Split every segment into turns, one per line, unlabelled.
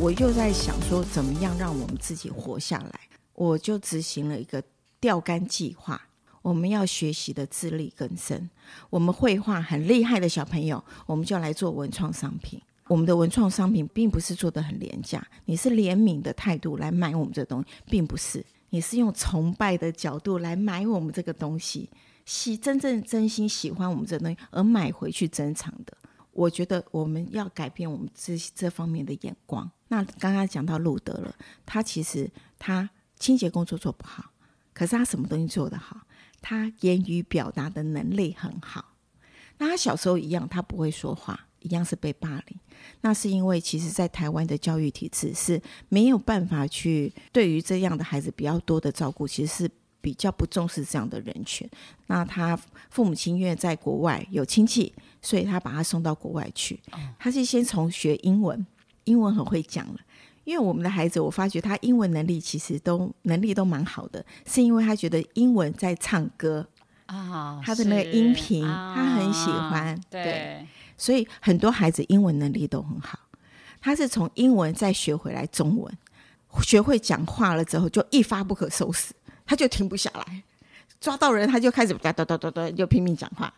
我又在想说，怎么样让我们自己活下来？我就执行了一个钓竿计划。我们要学习的自力更生，我们绘画很厉害的小朋友，我们就来做文创商品。我们的文创商品并不是做的很廉价，你是怜悯的态度来买我们这东西，并不是，你是用崇拜的角度来买我们这个东西，喜真正真心喜欢我们这东西而买回去珍藏的。我觉得我们要改变我们这这方面的眼光。那刚刚讲到路德了，他其实他清洁工作做不好，可是他什么东西做得好？他言语表达的能力很好。那他小时候一样，他不会说话，一样是被霸凌。那是因为其实，在台湾的教育体制是没有办法去对于这样的孩子比较多的照顾，其实是比较不重视这样的人权。那他父母亲因为在国外有亲戚，所以他把他送到国外去。
哦
他是先从学英文，英文很会讲了。因为我们的孩子，我发觉他英文能力其实都能力都蛮好的，是因为他觉得英文在唱歌，
啊，
他的那个
是
音频
啊
他很喜欢对
对，
所以很多孩子英文能力都很好。他是从英文再学回来中文，学会讲话了之后就一发不可收拾，他就停不下来，抓到人他就开始哒哒哒哒哒就拼命讲话。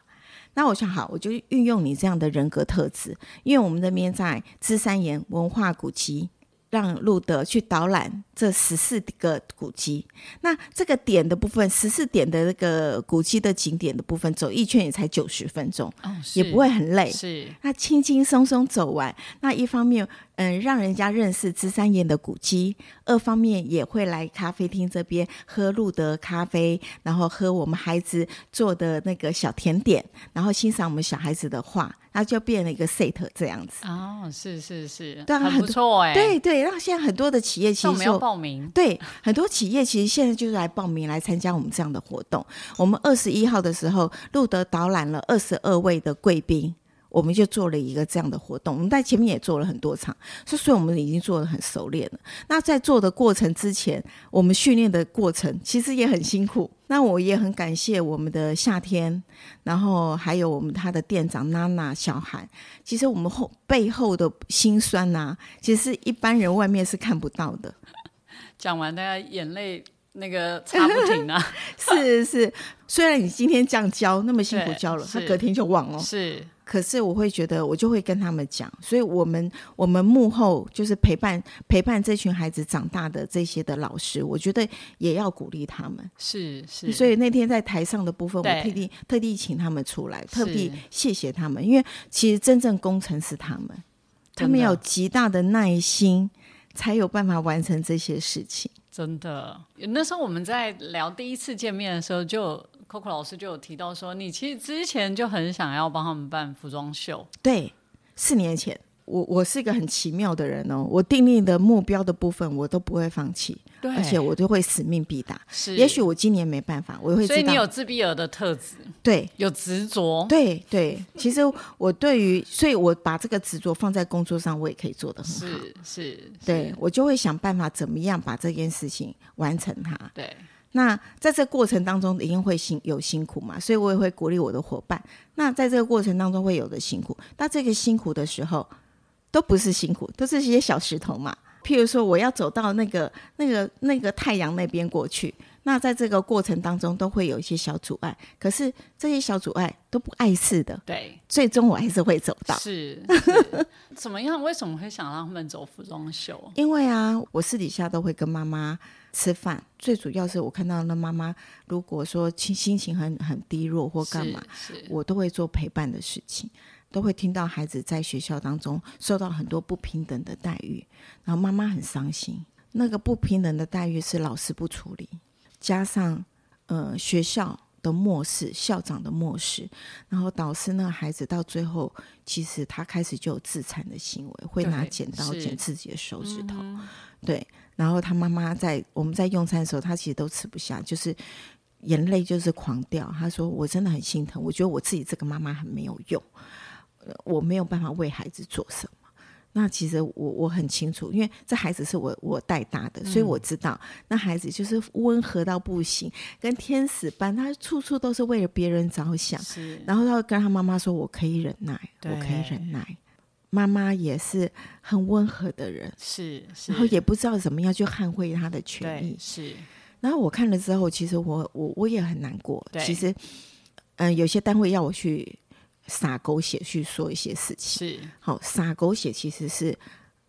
那我想好，我就运用你这样的人格特质，因为我们这边在芝山岩文化古迹。让路德去导览这十四个古迹，那这个点的部分，十四点的那个古迹的景点的部分，走一圈也才九十分钟，
哦
也不会很累
是。是
那轻轻松松走完，那一方面，嗯，让人家认识芝山岩的古迹；二方面也会来咖啡厅这边喝路德咖啡，然后喝我们孩子做的那个小甜点，然后欣赏我们小孩子的画，那就变了一个 set 这样子。
哦，是是是，
对啊
很
很
不
多
错哎，
对对，那现在很多的企业
那
其
我
实
们
说
要报名
对，很多企业其实现在就是来报名来参加我们这样的活动。我们二十一号的时候，路德导览了二十二位的贵宾，我们就做了一个这样的活动。我们在前面也做了很多场，所以所以我们已经做的很熟练了。那在做的过程之前，我们训练的过程其实也很辛苦。那我也很感谢我们的夏天，然后还有我们他的店长娜娜小韩。其实我们后背后的辛酸呐、其实一般人外面是看不到的。
讲完，大家眼泪那个擦不停啊，
是是，虽然你今天这样教那么辛苦
对
教了，他
是
隔天就忘了。
是
可是我会觉得，我就会跟他们讲，所以我们我们幕后就是陪伴陪伴这群孩子长大的这些的老师，我觉得也要鼓励他们。
是是，
所以那天在台上的部分，
对
我特地特地请他们出来，
是
特地谢谢他们，因为其实真正功臣是他们，他们
真的
要有极大的耐心，才有办法完成这些事情。
真的，那时候我们在聊第一次见面的时候就，Coco 老师就有提到说，你其实之前就很想要帮他们办服装秀，
对，四年前，我我是一个很奇妙的人哦，我定立的目标的部分我都不会放弃，
对
而且我就会使命必达。
是，
也许我今年没办法，我会
所以
知
你有
道。
自闭儿的特质，
对
有执着，
对对，其实我对于，所以我把这个执着放在工作上，我也可以做得很好。
是是，
对
是
我就会想办法怎么样把这件事情完成它。
对，
那在这过程当中，一定会辛有辛苦嘛，所以我也会鼓励我的伙伴。那在这个过程当中会有的辛苦，那这个辛苦的时候，都不是辛苦，都是一些小石头嘛。譬如说，我要走到那个、那个、那个太阳那边过去，那在这个过程当中都会有一些小阻碍，可是这些小阻碍都不碍事的，
对
最终我还是会走到。
是是 怎么样？为什么会想让他们走服装秀？
因为啊，我私底下都会跟妈妈吃饭，最主要是我看到那妈妈如果说心心情很很低落或干嘛，
是是
我都会做陪伴的事情，都会听到孩子在学校当中受到很多不平等的待遇，然后妈妈很伤心。那个不平等的待遇是老师不处理，加上呃学校的漠视、校长的漠视，然后导师那个孩子到最后，其实他开始就有自残的行为，会拿
对
剪刀
是
剪自己的手指头。对，然后他妈妈在我们在用餐的时候，他其实都吃不下，就是眼泪就是狂掉。他说：“我真的很心疼，我觉得我自己这个妈妈很没有用，呃我没有办法为孩子做什么。”那其实我我很清楚，因为这孩子是我我带大的，所以
嗯
我知道、那孩子就是温和到不行，跟天使般，他处处都是为了别人着想。
是
然后他会跟他妈妈说：“我可以忍耐，
对
我可以忍耐。”妈妈也是很温和的人，
是是，
然后也不知道怎么样去捍卫她的权
对
益。
是，
然后我看了之后，其实我我我也很难过。
对
其实，嗯、有些单位要我去撒狗血去说一些事情。
是
好，撒狗血其实是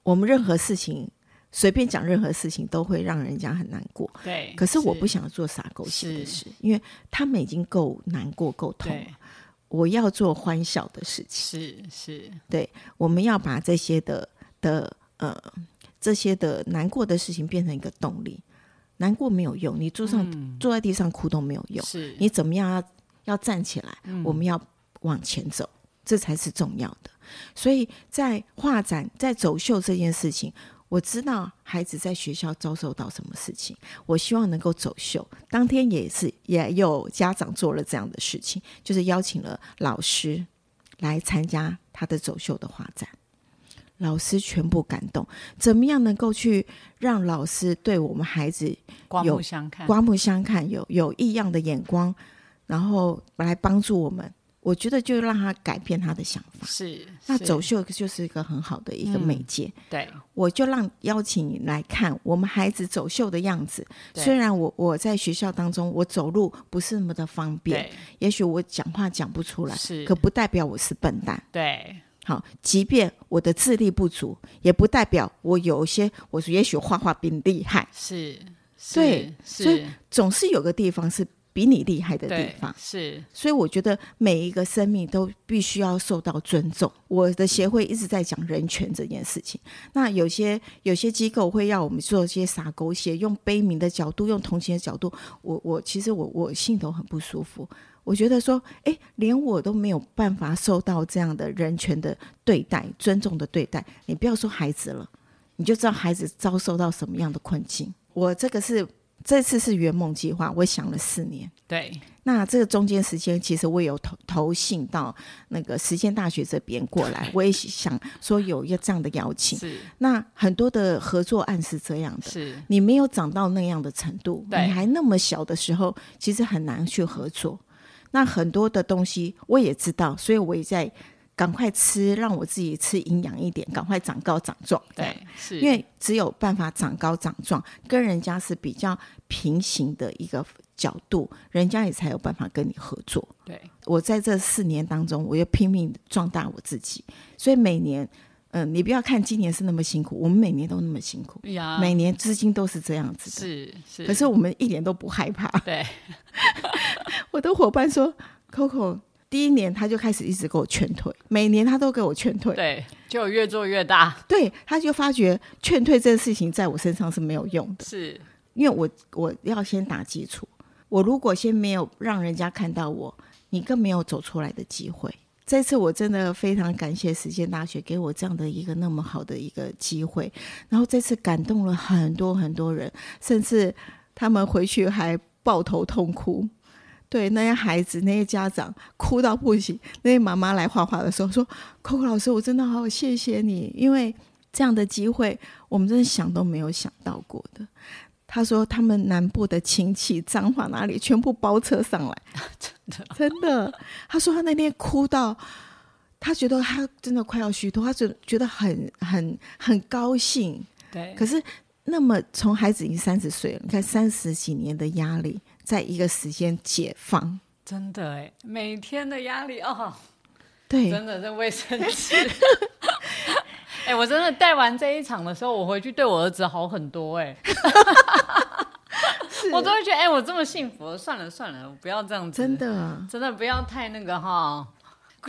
我们任何事情随便讲任何事情都会让人家很难过。
对。
可是我不想做撒狗血的
是
事，因为他们已经够难过、够痛
对
了。我要做欢笑的事情。
是是
我们要把这些的的呃这些的难过的事情变成一个动力。难过没有用，你坐上、
嗯
坐在地上哭都没有用，
是，
你怎么样要要站起来？我们要往前走，这才是重要的。所以在画展、在走秀这件事情。我知道孩子在学校遭受到什么事情，我希望能够走秀。当天也是也有家长做了这样的事情，就是邀请了老师来参加他的走秀的画展，老师全部感动。怎么样能够去让老师对我们孩子
刮
有
目相看，
刮目相看，有有异样的眼光，然后来帮助我们。我觉得就让他改变他的想法。
是嗯
那
是
走秀就是一个很好的一个媒介，
对
我就让邀请你来看我们孩子走秀的样子。
对
虽然我我在学校当中，我走路不是那么的方便，
对
也许我讲话讲不出来，
是
可不代表我是笨蛋。
对
好，即便我的智力不足，也不代表我有一些我也许画画比你厉害，
是，
对
是
所以总是有个地方是比你厉害的地
对
方。
是
所以我觉得每一个生命都必须要受到尊重。我的协会一直在讲人权这件事情。那有些有些机构会要我们做一些撒狗血，用悲悯的角度，用同情的角度。我我其实我我心头很不舒服。我觉得说，诶，连我都没有办法受到这样的人权的对待、尊重的对待，你不要说孩子了，你就知道孩子遭受到什么样的困境。我这个是这次是圆梦计划，我想了四年。
对
那这个中间时间，其实我也有投投信到那个实践大学这边过来，我也想说有一个这样的邀请。
是
那很多的合作案是这样的，
是
你没有长到那样的程度，你
对
还那么小的时候，其实很难去合作。那很多的东西我也知道，所以我也在赶快吃，让我自己吃营养一点，赶快长高长壮。
对是，
因为只有办法长高长壮，跟人家是比较平行的一个角度，人家也才有办法跟你合作。
对
我在这四年当中，我又拼命壮大我自己，所以每年，嗯、你不要看今年是那么辛苦，我们每年都那么辛苦，
呀
每年资金都是这样子的。
是啊是，
可是我们一点都不害怕。
对
我的伙伴说，Coco 第一年他就开始一直给我劝退，每年他都给我劝退。
对，就越做越大，
对，他就发觉劝退这件事情在我身上是没有用的。
是
因为我我要先打基础，我如果先没有让人家看到我，你更没有走出来的机会。这次我真的非常感谢实践大学给我这样的一个那么好的一个机会，然后这次感动了很多很多人，甚至他们回去还抱头痛哭。对那些孩子、那些家长哭到不行，那些妈妈来画画的时候说：“Coco 老师，我真的好谢谢你，因为这样的机会，我们真的想都没有想到过的。”他说他们南部的亲戚彰化哪里全部包车上 来，真的真的。他说他那天哭到，他觉得他真的快要虚脱，他觉得觉得很很很高兴。
对
可是那么从孩子已经三十岁了，你看三十几年的压力，在一个时间解放，
真的哎，每天的压力哦，
对，
真的是卫生纸。哎、我真的带完这一场的时候，我回去对我儿子好很多哎、
是
我都会觉得哎、我这么幸福，算了算了，我不要这样子，
真的
真的不要太那个哈。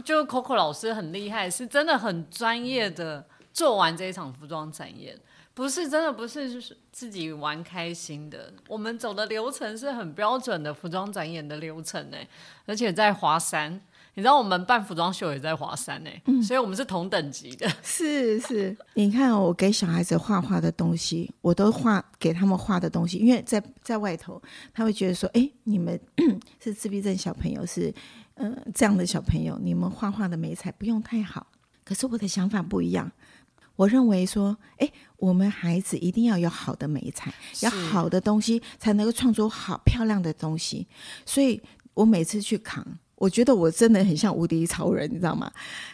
就 Coco 老师很厉害，是真的很专业的做完这一场服装展演，不是真的不是就是自己玩开心的。我们走的流程是很标准的服装展演的流程哎、而且在华山，你知道我们办服装秀也在华山哎、
嗯
所以我们是同等 级的。
是是。你看哦、我给小孩子画画的东西，我都画给他们画的东西，因为在在外头，他会觉得说，哎，你们 是自闭症小朋友，是呃这样的小朋友，你们画画的美彩不用太好。可是我的想法不一样，我认为说，哎，我们孩子一定要有好的美彩，
是
有好的东西，才能够创作好漂亮的东西。所以我每次去扛，我觉得我真的很像无敌超人，你知道吗？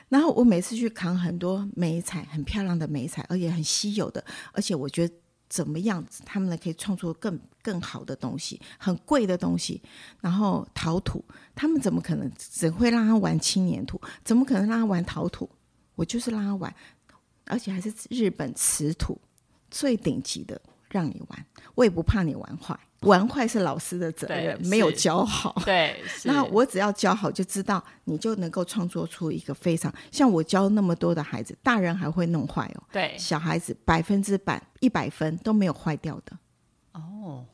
然后我每次去扛很多美彩，很漂亮的美彩，而且很稀有的，而且我觉得怎么样，他们呢可以创作更更好的东西，很贵的东西，然后陶土，他们怎么可能只会让他玩青年土？怎么可能让他玩陶土？我就是让他玩，而且还是日本瓷土最顶级的，让你玩，我也不怕你玩坏，玩坏是老师的责任，
对
没有
是
教好。
对，是
那我只要教好，就知道你就能够创作出一个非常像我教那么多的孩子，大人还会弄坏哦，
对
小孩子百分之百一百分都没有坏掉的。
哦，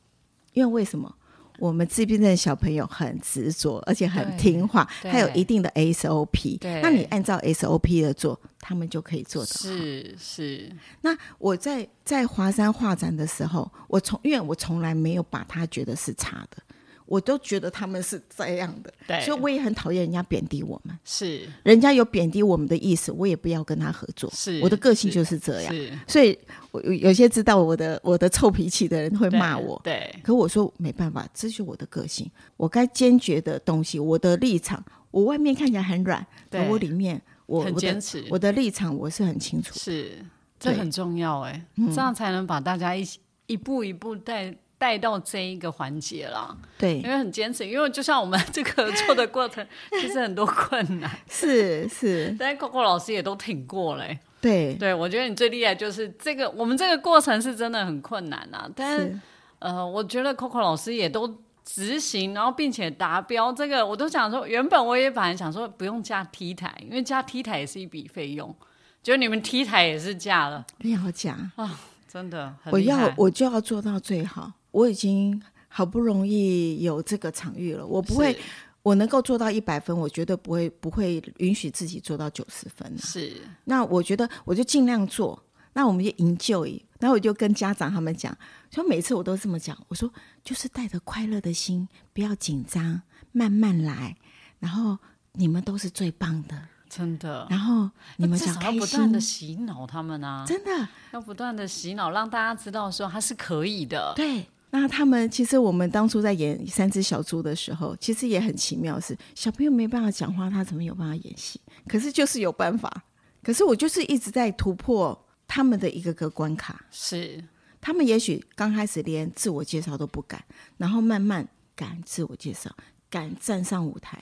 因为为什么？我们自闭症的小朋友很执着，而且很
对
听话，
对
他有一定的 SOP。
对
那你按照 SOP 的做，他们就可以做的。
是是，
那我在在华山画展的时候，我从因为我从来没有把他觉得是差的，我都觉得他们是这样的，
对，
所以我也很讨厌人家贬低我们。
是
人家有贬低我们的意思，我也不要跟他合作。
是
我的个性就是这样，
是
所以我有有些知道我的我的臭脾气的人会
对
骂我，
对
可我说没办法，这是我的个性，我该坚决的东西，我的立场，我外面看起来很软，可
对
我里面我
很
我
坚
的
持，
我的立场我是很清楚。
是这
对嗯
很重要哎，这样才能把大家一起一步一步带带到这一个环节啦。
对
因，为很坚持，因为就像我们这个做的过程，其实很多困难，
是是，
但是 Coco 老师也都挺过嘞、
对，
对，我觉得你最厉害就是这个，我们这个过程是真的很困难啊，但是
是
呃，我觉得 Coco 老师也都执行，然后并且达标。这个我都想说，原本我也本来想说不用加 T 台，因为加 T 台也是一笔费用，结果你们 T 台也是加了，
不要讲，
啊真的很
我
厉害
要我就要做到最好，我已经好不容易有这个场域了，我不会
是
我能够做到一百分，我绝对不会不会允许自己做到九十分、啊。
是
那我觉得我就尽量做，那我们就营救一。然后我就跟家长他们讲，所以每次我都这么讲，我说就是带着快乐的心，不要紧张，慢慢来。然后你们都是最棒的，
真的。
然后你们
啊至
想
少要
开
不断
心
的，洗脑他们啊，
真的
要不断的洗脑，让大家知道说他是可以的。
对。那他们其实我们当初在演《三只小猪》的时候，其实也很奇妙是，小朋友没办法讲话，他怎么有办法演戏？可是就是有办法，可是我就是一直在突破他们的一个个关卡。
是
他们也许刚开始连自我介绍都不敢，然后慢慢敢自我介绍，敢站上舞台，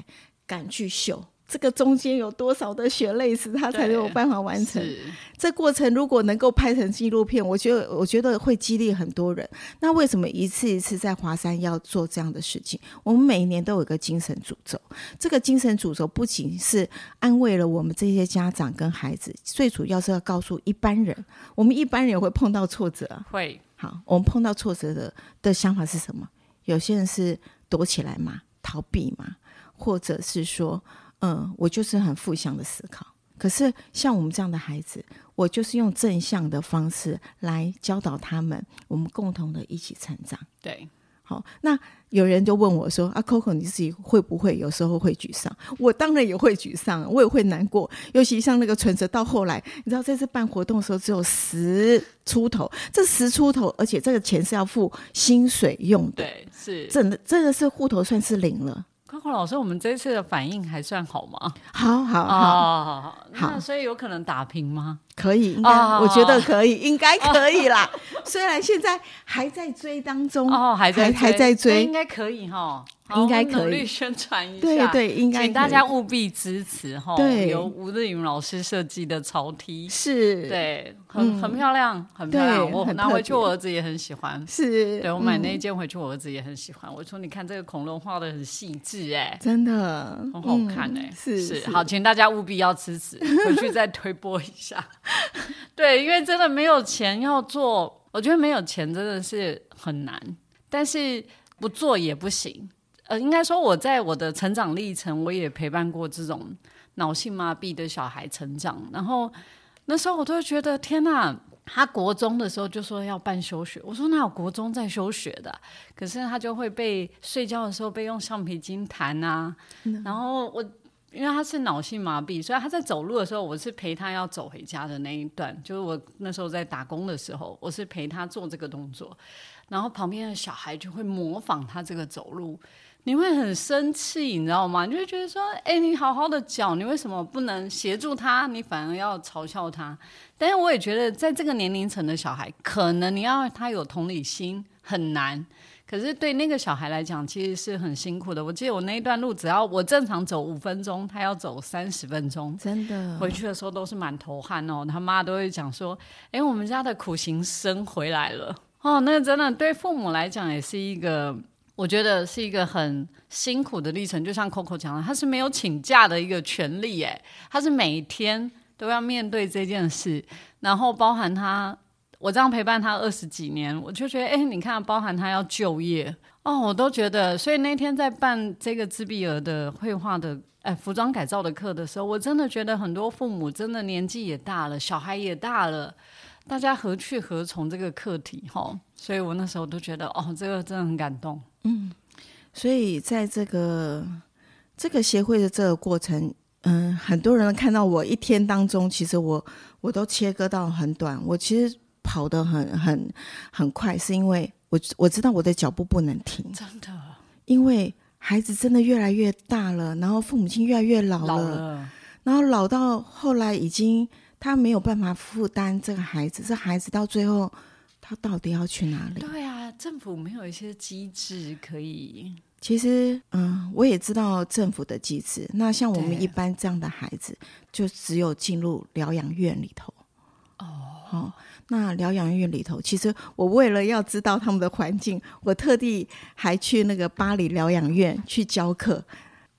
敢去秀。这个中间有多少的血泪史，他才
对
有办法完成？
是，
这过程如果能够拍成纪录片，我觉得我觉得会激励很多人。那为什么一次一次在华山要做这样的事情？我们每一年都有一个精神诅咒，这个精神诅咒不仅是安慰了我们这些家长跟孩子，最主要是要告诉一般人，我们一般人也会碰到挫折啊。
会
好，我们碰到挫折的的想法是什么？有些人是躲起来嘛，逃避嘛，或者是说，嗯，我就是很负向的思考。可是像我们这样的孩子，我就是用正向的方式来教导他们，我们共同的一起成长。
对，
好，那有人就问我说：“啊，Coco，你自己会不会有时候会沮丧？”我当然也会沮丧，啊我也会难过。尤其像那个存折，到后来，你知道这次办活动的时候只有十出头，这十出头，而且这个钱是要付薪水用的，
对是。
真的真的是户头算是零了。
Coco 老师，我们这次的反应还算好吗？
好好
哦
好，
好好，那
好
所以有可能打平吗？
可以，应该、
哦
我觉得可以，应该可以啦。虽然现在还在追当中，
哦，还在
还还在追
那应该可以哈，好
应该
我们努
可以
力宣传一下，
对对，应该
啊请大家
可以
务必支持哈，
对
由吴日云老师设计的潮梯，
是，
对，很很漂亮，很漂
嗯对
亮，我
很
拿
特
回去
别
我儿子也很喜欢。
是，
对我买
嗯
那一件回去，我儿子也很喜欢。我说你看这个恐龙画的很细致哎，
真的
很好看哎、
嗯是
是，好，请大家务必要支 持，回去再推播一下。 对，因为真的没有钱要做，我觉得没有钱真的是很难，但是不做也不行。呃，应该说我在我的成长历程，我也陪伴过这种脑性麻痹的小孩成长，然后那时候我都会觉得天哪、他国中的时候就说要办休学，我说哪有国中在休学的啊、可是他就会被睡觉的时候被用橡皮筋弹啊，然后我因为他是脑性麻痹，所以他在走路的时候，我是陪他要走回家的那一段，就是我那时候在打工的时候，我是陪他做这个动作，然后旁边的小孩就会模仿他这个走路，你会很生气，你知道吗？你就会觉得说，哎、你好好的讲，你为什么不能协助他？你反而要嘲笑他。但是我也觉得，在这个年龄层的小孩，可能你要他有同理心很难。可是对那个小孩来讲，其实是很辛苦的。我记得我那一段路，只要我正常走五分钟，他要走三十分钟。
真的
回去的时候都是满头汗哦，他妈都会讲说：“哎，我们家的苦行僧回来了。”哦，那真的对父母来讲也是一个，我觉得是一个很辛苦的历程。就像 Coco 讲的，他是没有请假的一个权利，哎，他是每天都要面对这件事，然后包含他，我这样陪伴他二十几年，我就觉得，哎，你看，包含他要就业。哦，我都觉得，所以那天在办这个自闭儿的绘画的，哎，服装改造的课的时候，我真的觉得很多父母真的年纪也大了，小孩也大了，大家何去何从这个课题哈、吼所以我那时候都觉得，哦，这个真的很感动。
所以在这个这个协会的这个过程，嗯，很多人看到我一天当中，其实我我都切割到很短，我其实跑得很很很快，是因为我我知道我的脚步不能停，真的，因为孩子真的越来越大了，然后父母亲越来越老了，
老了，
然后老到后来已经他没有办法负担这个孩子，这孩子到最后他到底要去哪里？
对啊，政府没有一些机制可以，
其实，嗯，我也知道政府的机制。那像我们
对
一般这样的孩子，就只有进入疗养院里头。哦，好、那疗养院里头，其实我为了要知道他们的环境，我特地还去那个巴黎疗养院去教课。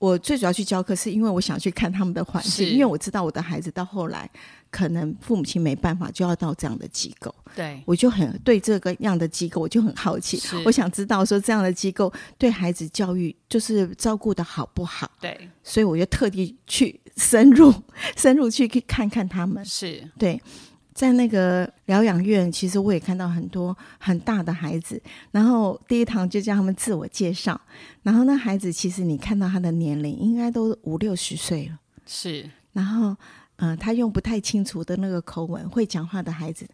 我最主要去教课，是因为我想去看他们的环境，
是
因为我知道我的孩子到后来，可能父母亲没办法，就要到这样的机构。
对，
我就很对这个样的机构，我就很好奇
是，
我想知道说这样的机构对孩子教育就是照顾的好不好，
对，
所以我就特地去 深入深入去去看看他们。
是，
对，在那个疗养院，其实我也看到很多很大的孩子，然后第一堂就叫他们自我介绍，然后那孩子其实你看到他的年龄应该都五六十岁了。
是，
然后，呃，他用不太清楚的那个口吻，会讲话的孩子，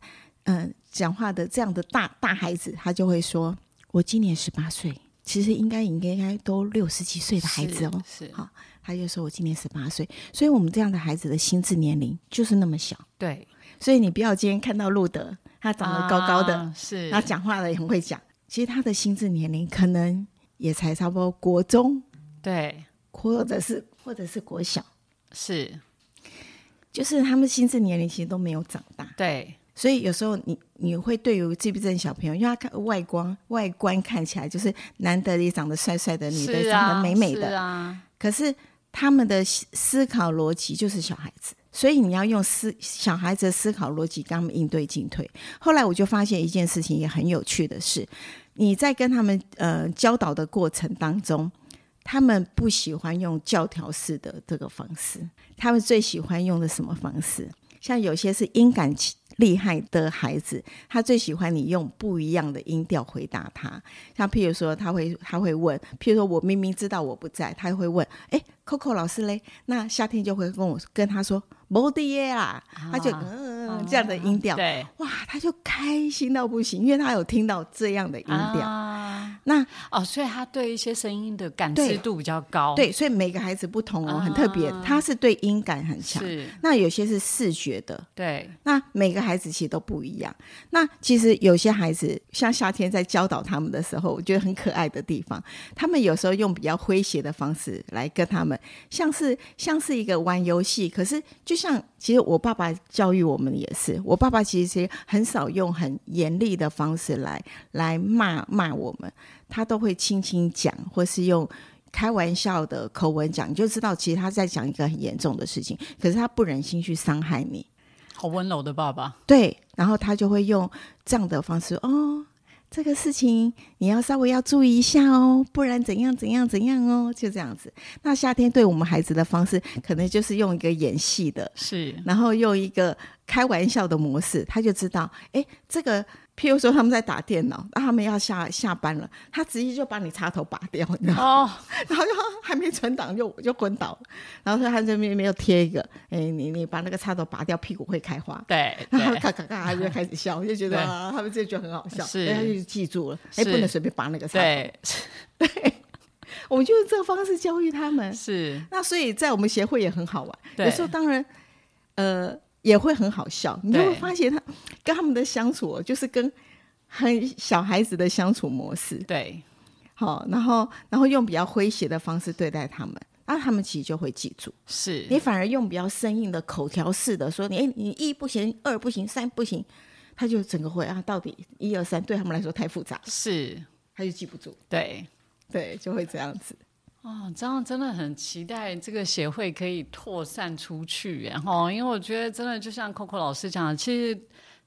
嗯、讲话的这样的大大孩子，他就会说：“我今年十八岁，其实应该应该应该都六十几岁的孩子哦。
是，是
好”他就说：“我今年十八岁。”所以，我们这样的孩子的心智年龄就是那么小，
对，
所以你不要今天看到路德，他 长得高高的，
啊是，
他讲话的也很会讲，其实他的心智年龄可能也才差不多国中，
对，
或者是或者是国小。
是，
就是他们心智年龄其实都没有长大，
对，
所以有时候你你会对于自闭症小朋友，因为他看外观外观看起来就是男的也长得帅帅的，女的
是
也长
啊，
得美美
是
的，
啊，
可是他们的思思考逻辑就是小孩子，所以你要用思小孩子的思考逻辑跟他们应对进退。后来我就发现一件事情也很有趣的是，你在跟他们呃教导的过程当中。他们不喜欢用教条式的这个方式，他们最喜欢用的什么方式？像有些是音感厉害的孩子，他最喜欢你用不一样的音调回答他。像譬如说，他会他会问，譬如说我明明知道我不在，他会问，哎，Coco 老师嘞？那夏天就会跟我跟他说，摩的耶啦，他就
啊
嗯、这样的音调，
对，
哇，他就开心到不行，因为他有听到这样的音调。
啊
那
哦，所以他对一些声音的感
对
知度比较高，，
对，所以每个孩子不同哦，很特别，他是对音感很强。
啊是，
那有些是视觉的，
对，
那每个孩子其实都不一样。那其实有些孩子，像夏天在教导他们的时候，我觉得很可爱的地方，他们有时候用比较诙谐的方式来跟他们，像是像是一个玩游戏。可是就像其实我爸爸教育我们也是，我爸爸其实很少用很严厉的方式来来骂骂我们，他都会轻轻讲，或是用。开玩笑的口吻讲，你就知道其实他在讲一个很严重的事情，可是他不忍心去伤害你，
好温柔的爸爸，
对，然后他就会用这样的方式哦，这个事情你要稍微要注意一下哦，不然怎样怎样怎样哦，就这样子。那夏天对我们孩子的方式，可能就是用一个演戏的，
是
然后用一个开玩笑的模式，他就知道，哎，这个，譬如说他们在打电脑，啊他们要下下班了，他直接就把你插头拔掉，你知道吗？
哦，
然后就还没存档就就昏倒了，然后说他这边没有贴一个，哎，你你把那个插头拔掉，屁股会开花。
对
然后
对
咔咔咔，他就开始笑，就觉得
对
啊，他们这觉得很好笑，
是
哎他就记住了，哎，
是
不能随便拔那个菜。
对，
我们就用这个方式教育他们。
是，
那所以在我们协会也很好玩，
对
有时候当然，呃，也会很好笑。你就
对
会发现他跟他们的相处哦，就是跟很小孩子的相处模式，
对，
好，然后然后用比较诙谐的方式对待他们，那他们其实就会记住。
是，
你反而用比较生硬的口条式的说，你哎，你一不行，二不行，三不行，他就整个会啊，到底一二三对他们来说太复杂，
是，
他就记不住，
对。
对，就会这样子。
哦，这样真的很期待这个协会可以扩散出去，然后，因为我觉得真的就像 Coco 老师讲的，其实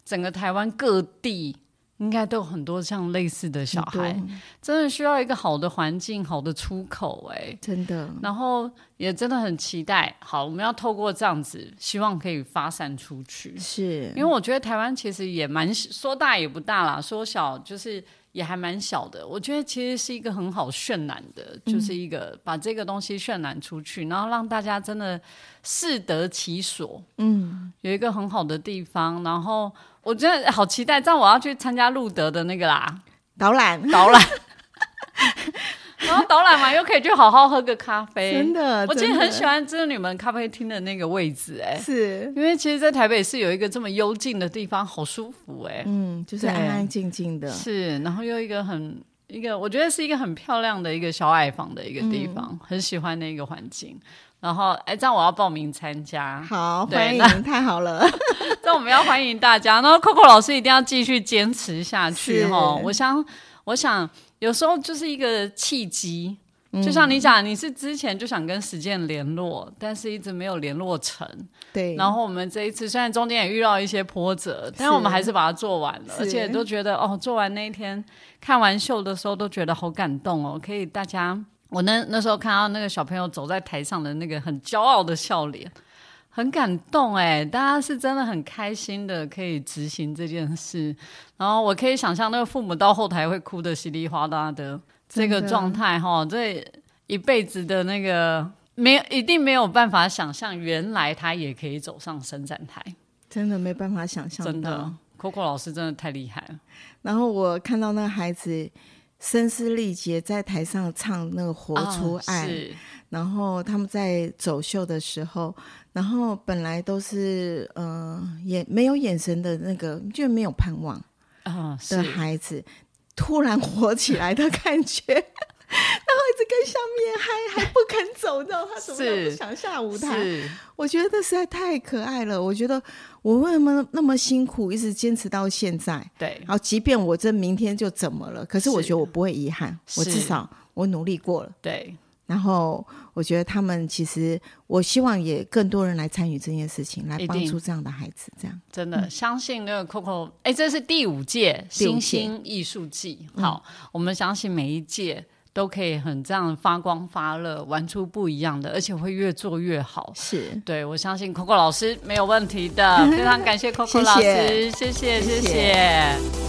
整个台湾各地应该都有很多像类似的小孩
很，
真的需要一个好的环境、好的出口、哎，
真的，
然后也真的很期待。好，我们要透过这样子，希望可以发散出去。
是
因为我觉得台湾其实也蛮说大也不大啦，说小就是也还蛮小的。我觉得其实是一个很好渲染的，
嗯
就是一个把这个东西渲染出去，然后让大家真的适得其所。嗯，有一个很好的地方，然后我真的好期待。这样我要去参加路德的那个啦
导览，
导览，然后导览完又可以去好好喝个咖啡，
真的，
我今
啊真
天
的
很喜欢就是你们咖啡厅的那个位置、哎，
是，
因为其实，在台北市有一个这么幽静的地方，好舒服、
嗯，就是
对
安安静静
哎，
的，
是，然后又一个很一个，我觉得是一个很漂亮的一个小矮房的一个
嗯
地方，很喜欢那个环境。然后，哎，这样我要报名参加，
好，
对
欢迎
那，
太好 了，
这样我们要欢迎大家。然后，Coco 老师一定要继续坚持下去
是
哈。我想，我想有时候就是一个契机。就
嗯
像你讲，你是之前就想跟实践联络，但是一直没有联络成。
对，
然后我们这一次虽然中间也遇到一些波折，但我们还是把它做完了，
是
而且都觉得哦，做完那一天看完秀的时候都觉得好感动哦，可以大家，我那那时候看到那个小朋友走在台上的那个很骄傲的笑脸。很感动哎、大家是真的很开心的，可以执行这件事。然后我可以想象那个父母到后台会哭的稀里哗啦的这
真的
个状态哈，这一辈子的那个没有一定没有办法想象，原来他也可以走上伸展台，
真的没办法想象
真
到
的。Coco 老师真的太厉害了，
然后我看到那个孩子声嘶力竭在台上唱那个《活出爱》
啊是
然后他们在走秀的时候，然后本来都是呃眼没有眼神的那个，就没有盼望
啊，是
的孩子，突然火起来的感觉， 然后一直跟上面嗨，还不肯走，你知道他怎么都不
是
想下舞台？
是
我觉得实在太可爱了。我觉得我为什么那么辛苦，一直坚持到现在？
对
然后即便我这明天就怎么了，可是我
是
觉得我不会遗憾，我
是
至少我努力过了。
对
然后我觉得他们其实，我希望也更多人来参与这件事情，来
一定
帮助这样的孩子。这样
真的、相信那个 Coco，哎，这是嗯第五届嗯
第五届
新兴艺术季。好，我们相信每一届都可以很这样发光发热，玩出不一样的，而且会越做越好。
是
对，我相 信 Coco 老师没有问题的，非常感谢 Coco
谢谢
老师，谢谢，谢
谢
谢。
谢